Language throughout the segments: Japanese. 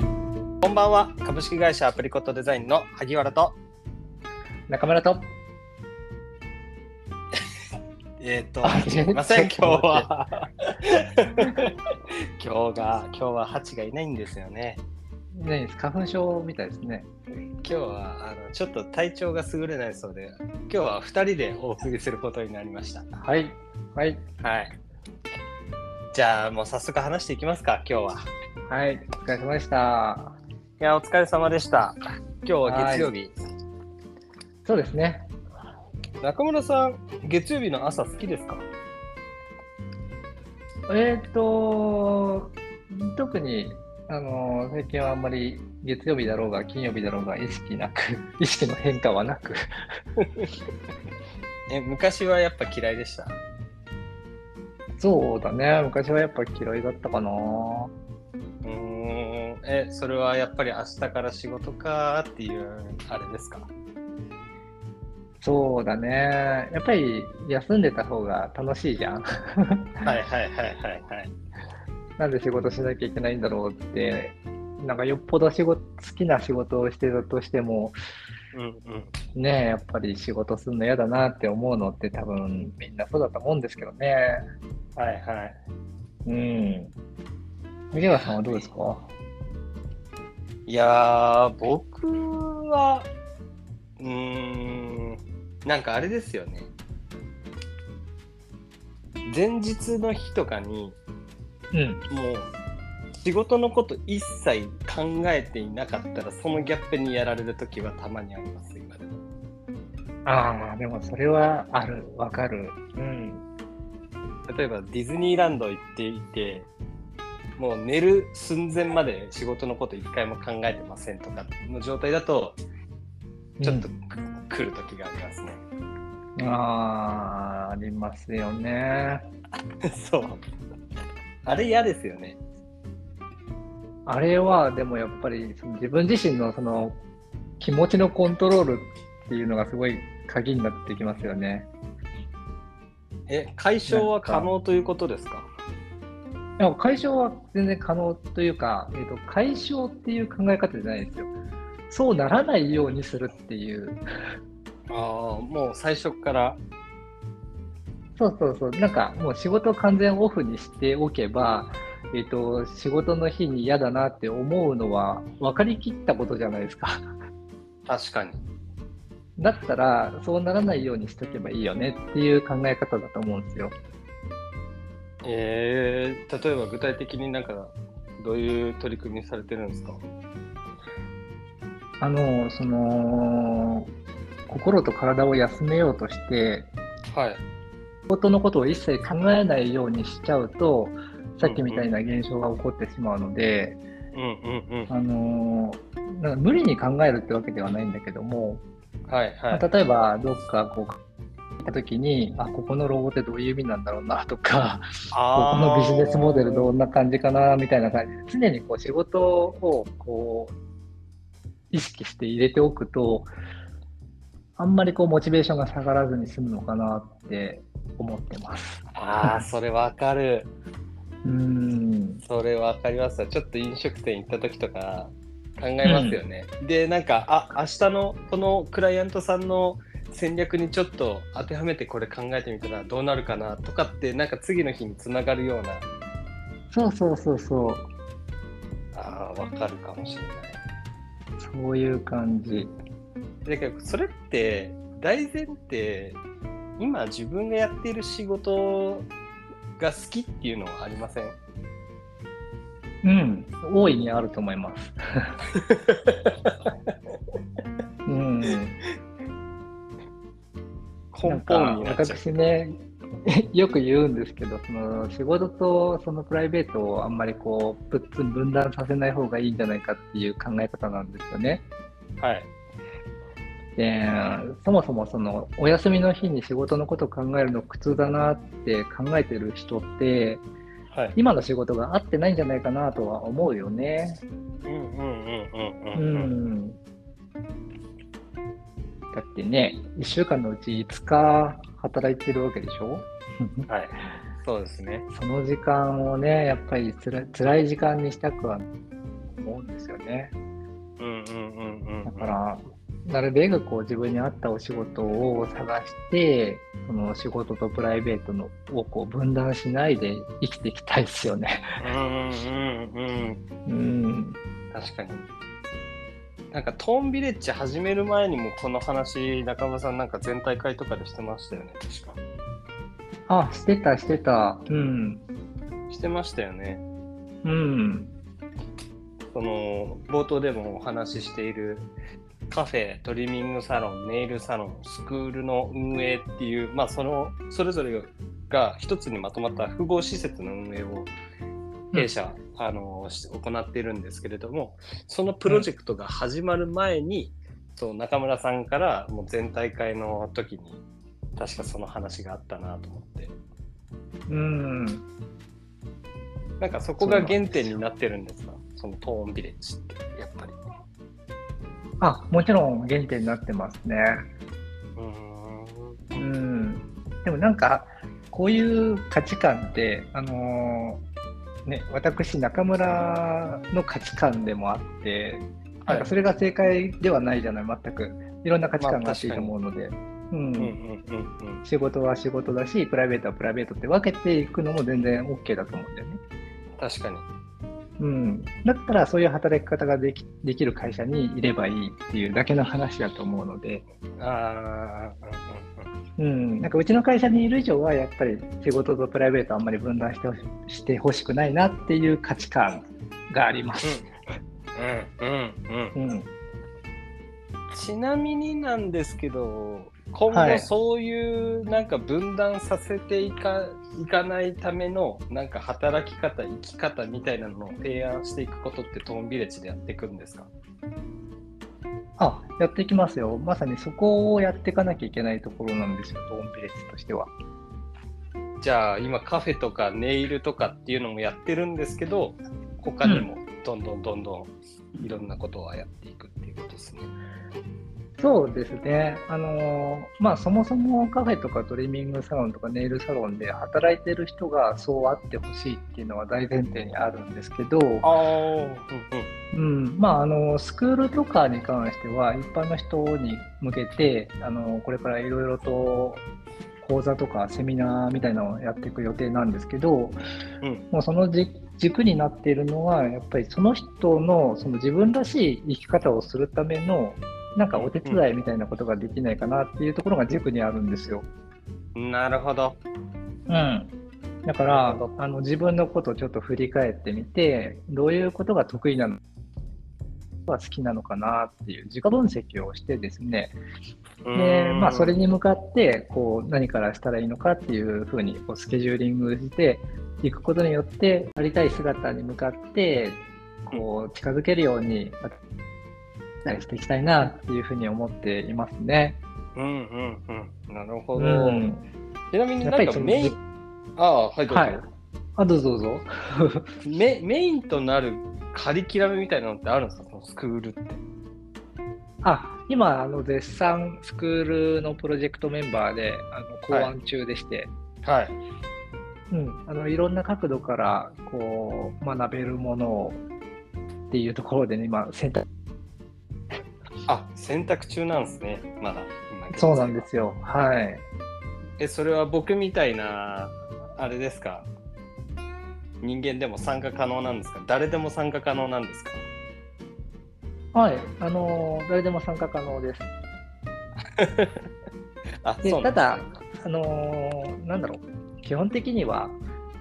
こんばんは株式会社アプリコットデザインの萩原と中村と。えっ、とあすいません めっ今ち日ゃは 今日が今日はハチがいないんですよね何です花粉症みたいですね。今日はあのちょっと体調が優れないそうで今日は二人でお送りすることになりましたはい。はい。はいじゃあもう早速話していきますか今日ははい。お疲れ様でした。いやお疲れ様でした今日は月曜日そうですね。中村さん月曜日の朝好きですかえっ、と、特に、あの、最近はあんまり月曜日だろうが、金曜日だろうが、意識なく、 意識の変化はなく。え昔はやっぱ嫌いでしたそうだね。昔はやっぱ嫌いだったかな。うーんえそれはやっぱり明日から仕事かっていうあれですかそうだね。やっぱり休んでた方が楽しいじゃん。はいはいはいはいはいなんで仕事しなきゃいけないんだろうって、なんかよっぽど仕事好きな仕事をしてたとしても、うんうんねえ、やっぱり仕事するの嫌だなって思うのって多分みんなそうだと思うんですけどね。はいはいうん。杉原さんはどうですかいやー僕はうーんなんかあれですよね前日の日とかにうん。もう仕事のこと一切考えていなかったらそのギャップにやられる時はたまにあります今でもああ、でもそれはある。わかる。うん。例えばディズニーランド行っていてもう寝る寸前まで仕事のこと一回も考えてませんとかの状態だとちょっとく、来る時がありますね。 うん。ああ、ありますよね。そうあれ嫌ですよね。あれはでもやっぱりその自分自身のその気持ちのコントロールっていうのがすごい鍵になってきますよね。え解消は可能ということですかでも解消は全然可能というか、えー、と解消っていう考え方じゃないですよ。そうならないようにするっていう。ああもう最初からそうそうそう。なんかもう仕事を完全オフにしておけば、えっ、と、仕事の日に嫌だなって思うのは分かりきったことじゃないですか。 確かに。だったら、そうならないようにしとけばいいよねっていう考え方だと思うんですよ。えー、例えば具体的になんかどういう取り組みされてるんですかあの、その、心と体を休めようとして、はい。仕事のことを一切考えないようにしちゃうと、さっきみたいな現象が起こってしまうので、うんうんあのーなんか無理に考えるってわけではないんだけども、うん。はいはい。まあ例えばどっかこう、行った時に、あ、ここのロゴってどういう意味なんだろうなとか、ここのビジネスモデルどんな感じかなみたいな感じで、常にこう仕事をこう意識して入れておくと、あんまりこうモチベーションが下がらずに済むのかなって思ってます。ああ、それわかる。うーん。それわかりますわ。ちょっと飲食店行った時とか考えますよね。で、なんか、あ明日のこのクライアントさんの戦略にちょっと当てはめてこれ考えてみたらどうなるかなとかって、なんか次の日につながるような、そうそうそうそう。ああ、わかるかもしれない。そういう感じ。だけど、それって大前提、今自分がやっている仕事が好きっていうのはありませんうん。大いにあると思います。 うん。根本にななんっかちゃう。私ね よく言うんですけどその仕事とそのプライベートをあんまりこうぶっつん分断させない方がいいんじゃないかっていう考え方なんですよね。はい。でそもそもそのお休みの日に仕事のことを考えるの苦痛だなって考えてる人ってはい。今の仕事が合ってないんじゃないかなとは思うよね。うんうんうんうんううん。うんんだってね1週間のうち5日働いてるわけでしょはい。そうですね。その時間をね、やっぱりつら辛い時間にしたくは思うんですよね。うんうんうんうん。だから、なるべくこう自分に合ったお仕事を探して、その仕事とプライベートのをこう分断しないで生きていきたいですよね。うんうんうんうん。うん。確かに。なんかトーンビレッジ始める前にもこの話中村さんなんか全体会とかでしてましたよね確かあ、してた、してた。うん。してましたよねうん。その冒頭でもお話ししているカフェトリミングサロンネイルサロンスクールの運営っていうまあそのそれぞれが一つにまとまった複合施設の運営を弊社、あのし行っているんですけれどもそのプロジェクトが始まる前に、そう中村さんからもう全体会の時に確かその話があったなと思ってうん。なんかそこが原点になってるんですかそのトーンビレッジってやっぱり。あ、もちろん原点になってますね。うーんうん、でもなんかこういう価値観って、あのーね、私中村の価値観でもあってなんかそれが正解ではないじゃない全くいろんな価値観があっていいと思うので、ううんんうんうんうん仕事は仕事だしプライベートはプライベートって分けていくのも全然 OK だと思うんだよね。確かに。うん、だったらそういう働き方ができできる会社にいればいいっていうだけの話だと思うので。ああ、うん、なんかうちの会社にいる以上はやっぱり仕事とプライベートあんまり分断してほししてほしくないなっていう価値観があります。うんうんうんうん。うん、ちなみになんですけど、今は後いそういうなんか分断させていか,、い、かないためのなんか働き方、生き方みたいなのを提案していくことってトーンビレッジでやっていくんですかあやっていきますよ。まさにそこをやっていかなきゃいけないところなんですよ、トーンビレッジとしては。じゃあ今カフェとかネイルとかっていうのもやってるんですけど、他にもどんどんどんどんいろんなことはやっていくっていうことですね。そうですね、あのーまあ、そもそもカフェとかトリミングサロンとかネイルサロンで働いてる人がそうあってほしいっていうのは大前提にあるんですけど、ああ、うんうん。うん、まああのスクールとかに関しては一般の人に向けてあのこれからいろいろと講座とかセミナーみたいなのをやっていく予定なんですけど、うんもうそのじ軸になっているのはやっぱりその人のその自分らしい生き方をするためのなんかお手伝いみたいなことができないかなっていうところが軸にあるんですよ。なるほど。うん、だからあの自分のことをちょっと振り返ってみてどういうことが得意なのは好きなのかなっていう自己分析をしてですねで、まあ、それに。に向かってこう何からしたらいいのかっていうふうにこうスケジューリングしていくことによってありたい姿に向かってこう近づけるようにしていきたいなっていうふうに思っていますね。うんうんうん。なるほど。うん、ちなみにやっなぱんりかそのメイン、ああ、はい、どうぞ、はいあどうぞどうぞ。メ。メインとなるカリキュラムみたいなのってあるんですか、そのスクールって。あ今あの絶賛スクールのプロジェクトメンバーであの考案中でして、はい。うん、あのいろんな角度からこう学べるものをっていうところで、ね、今選択あ、選択中なんですね、まだ。今現在そうなんで。すよはいえ、それは僕みたいな、あれですか。人間でも参加可能なんですか誰でも参加可能なんですかはいあの誰でも参加可能ですあ、でそうなたんですだね、あのーなんだろう基本的には、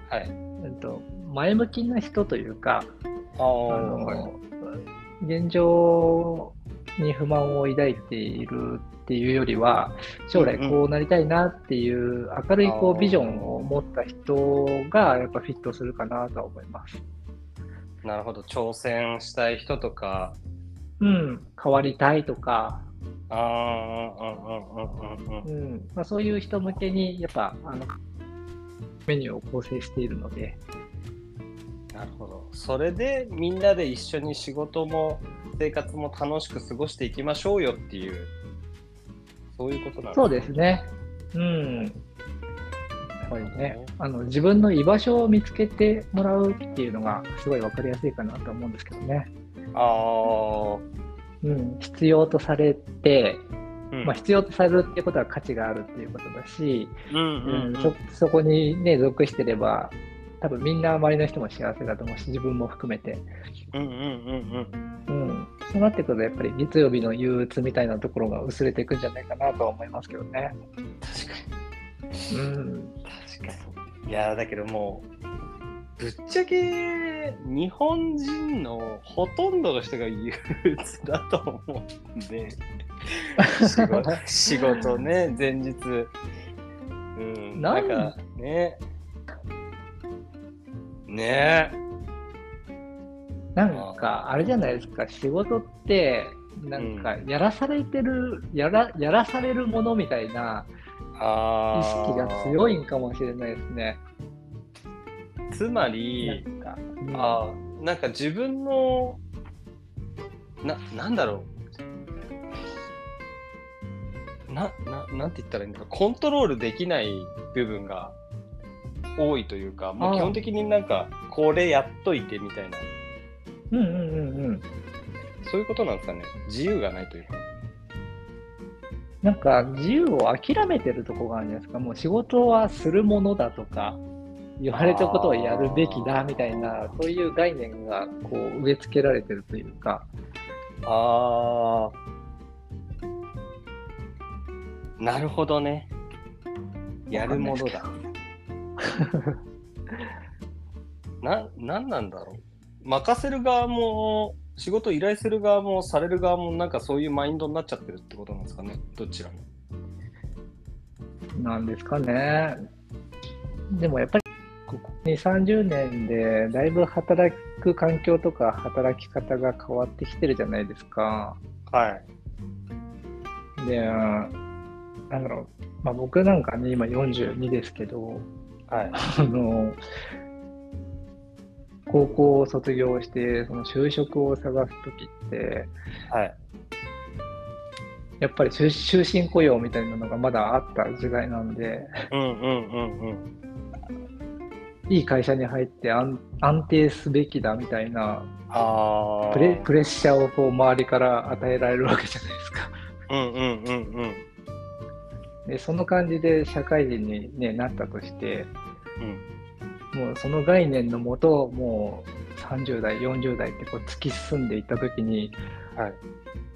はい。うん、と前向きな人というかああ、あの、はい現状に不満を抱いているっていうよりは将来こうなりたいなっていう明るいこあーうビジョンを持った人がやっぱフィットするかなとは思います。なるほど。挑戦したい人とか、うん、変わりたいとか、ああ、うんうんうんうんうん。うんまあ、そういう人向けにやっぱあのメニューを構成しているので、なるほど。それでみんなで一緒に仕事も生活も楽しく過ごしていきましょうよっていう、そういうことなんそうでですね。うん、すこういうねあの自分の居場所を見つけてもらうっていうのがすごい分かりやすいかなと思うんですけどね。ああ、うん、必要とされて、うんまあ、必要とされるってことは価値があるっていうことだし、うんうんうんそそこに、ね、属してれば多分みんな周りの人も幸せだと思うし自分も含めて、うんうんうんうん、そうなってくるとやっぱり月曜日の憂鬱みたいなところが薄れていくんじゃないかなとは思いますけどね。確かうん、に確かにいやーだけどもうぶっちゃけ日本人のほとんどの人が憂鬱だと思うんで仕事仕事 ね前日うんなんかねねなんかあれじゃないですか仕事ってなんかやらされてる、やらやらされるものみたいなあ意識が強いいんかもしれないですね。つまりなんかうんあーなんか自分のななんだろうなななんて言ったらいいんだろうコントロールできない部分が多いというかもあうー基本的になんかこれやっといてみたいなうんうんうんうん。そういうことなんですかね自由がないというかなんか自由を諦めてるとこがあるんじゃないですか、もう仕事はするものだとか、言われたことをやるべきだみたいな、そういう概念がこう植え付けられてるというか、あーなるほどねやるものだわかんないですななんなんだろう任せる側も仕事依頼する側もされる側もなんかそういうマインドになっちゃってるってことなんですかねどちらもけどなんですかね。でもやっぱり、ここ2、30年でだいぶ働く環境とか働き方が変わってきてるじゃないですか。はいで、なんだろう、まあ、僕なんかね、今42ですけど、はいあの高校を卒業してその就職を探す時ってはいやっぱり終終身雇用みたいなのがまだあった時代なんでうんうんうんうんいい会社に入って安安定すべきだみたいなああプレプレッシャーをこう周りから与えられるわけじゃないですか。うんうんうんでその感じで社会人に、ね、なったとしてうんもうその概念のもともう30代40代ってこう突き進んでいった時に、はい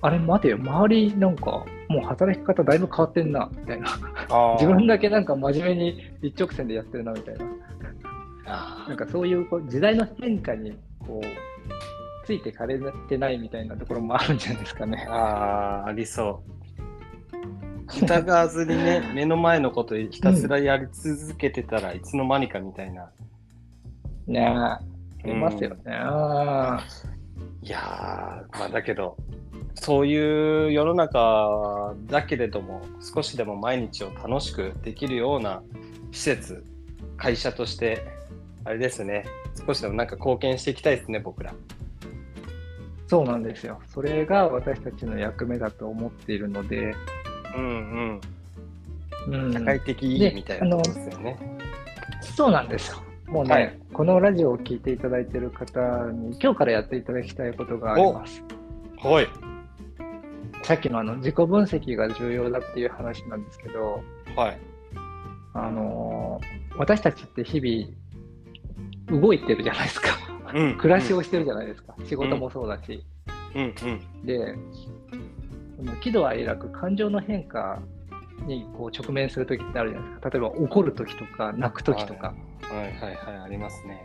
あれ待てよ周りなんかもう働き方だいぶ変わってんなみたいなあ自分だけなんか真面目に一直線でやってるなみたいななんかそういうこう時代の変化にこうついてかれてないみたいなところもあるんじゃないです かね。あーありそう疑わずに ね目の前のことひたすらやり続けてたらいつの間にかみたいな、ねえありますよね。あいやー、まあだけど、そういう世の中だけれども、少しでも毎日を楽しくできるような施設、会社として、あれですね、少しでもなんか貢献していきたいですね、僕ら。ーそうなんですよ。それが私たちの役目だと思っているので。うんううんん。社会的意義みたいなことですよね。そうなんですよ。もうね、はいこのラジオを聞いていただいている方に、今日からやっていただきたいことがあります。はい。さっきのあの自己分析が重要だっていう話なんですけど、はい。あのー私たちって日々動いてるじゃないですか。 うん暮らしをしてるじゃないですか。仕事もそうだし。うんうん。で、その喜怒哀楽、感情の変化にこう直面するときってあるじゃないですか。例えば怒るときとか、泣くときとか。はいはいはい、ありますね。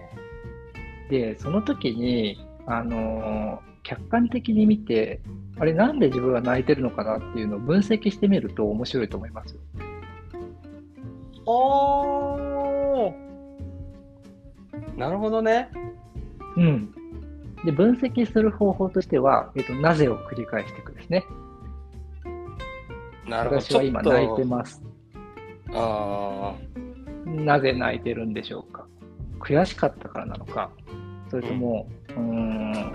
でその時に、あのー客観的に見てあれなんで自分は泣いてるのかなっていうのを分析してみると面白いと思いますよ。おーなるほどね。うん、で分析する方法としては、えっと、なぜを繰り返していくですね。なるほど。私は今ちょっと泣いてます。あなぜ泣いてるんでしょうか悔しかったからなのかそれとも、うーん、なんだろ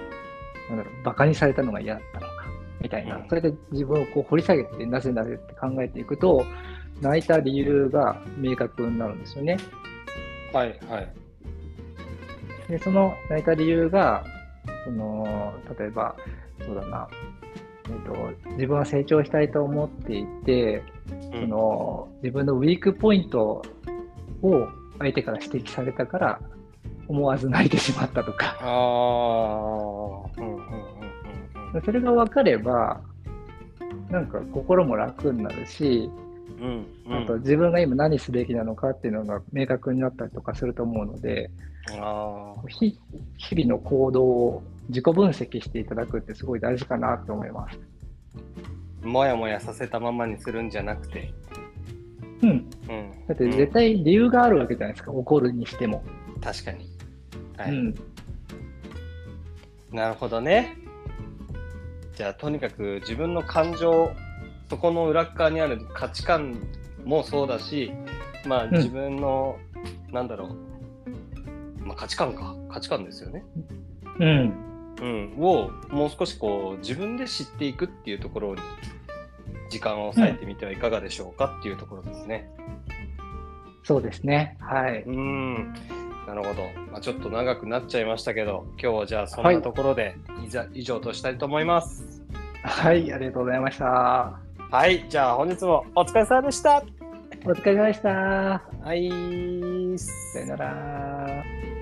うバカにされたのが嫌だったのかみたいな、うんそれで自分をこう掘り下げてなぜなぜって考えていくと泣いた理由が明確になるんですよねあ、はいはい。でその泣いた理由がその例えばそうだなえっと、自分は成長したいと思っていうて、んその自分のウィークポイントを相手から指摘されたから思わず泣いてしまったとかああ、うんうんうんうんそれが分かればなんか心も楽になるし、うん。うんうんあと自分が今何すべきなのかっていうのが明確になったりとかすると思うのであひ日々の行動を自己分析していただくってすごい大事かなと思います。あ、もやもやさせたままにするんじゃなくて。うん、うん、だって絶対理由があるわけじゃないですか怒るにしても。うん確かに。はうい、んなるほどね。じゃあとにかく自分の感情そこの裏っ側にある価値観もそうだしまあん自分の、なんだろう、まあ、価値観か価値観ですよね、うんうん、をもう少しこう自分で知っていくっていうところに時間を割いてみてはいかがでしょうかっていうところですね。そうですね。はい。うんなるほど、まあ、ちょっと長くなっちゃいましたけど今日はじゃあそんなところで、いざ以上としたいと思います。はい、ありがとうございました。はい、じゃあ本日もお疲れ様でした。お疲れ様でした。はい、さよなら。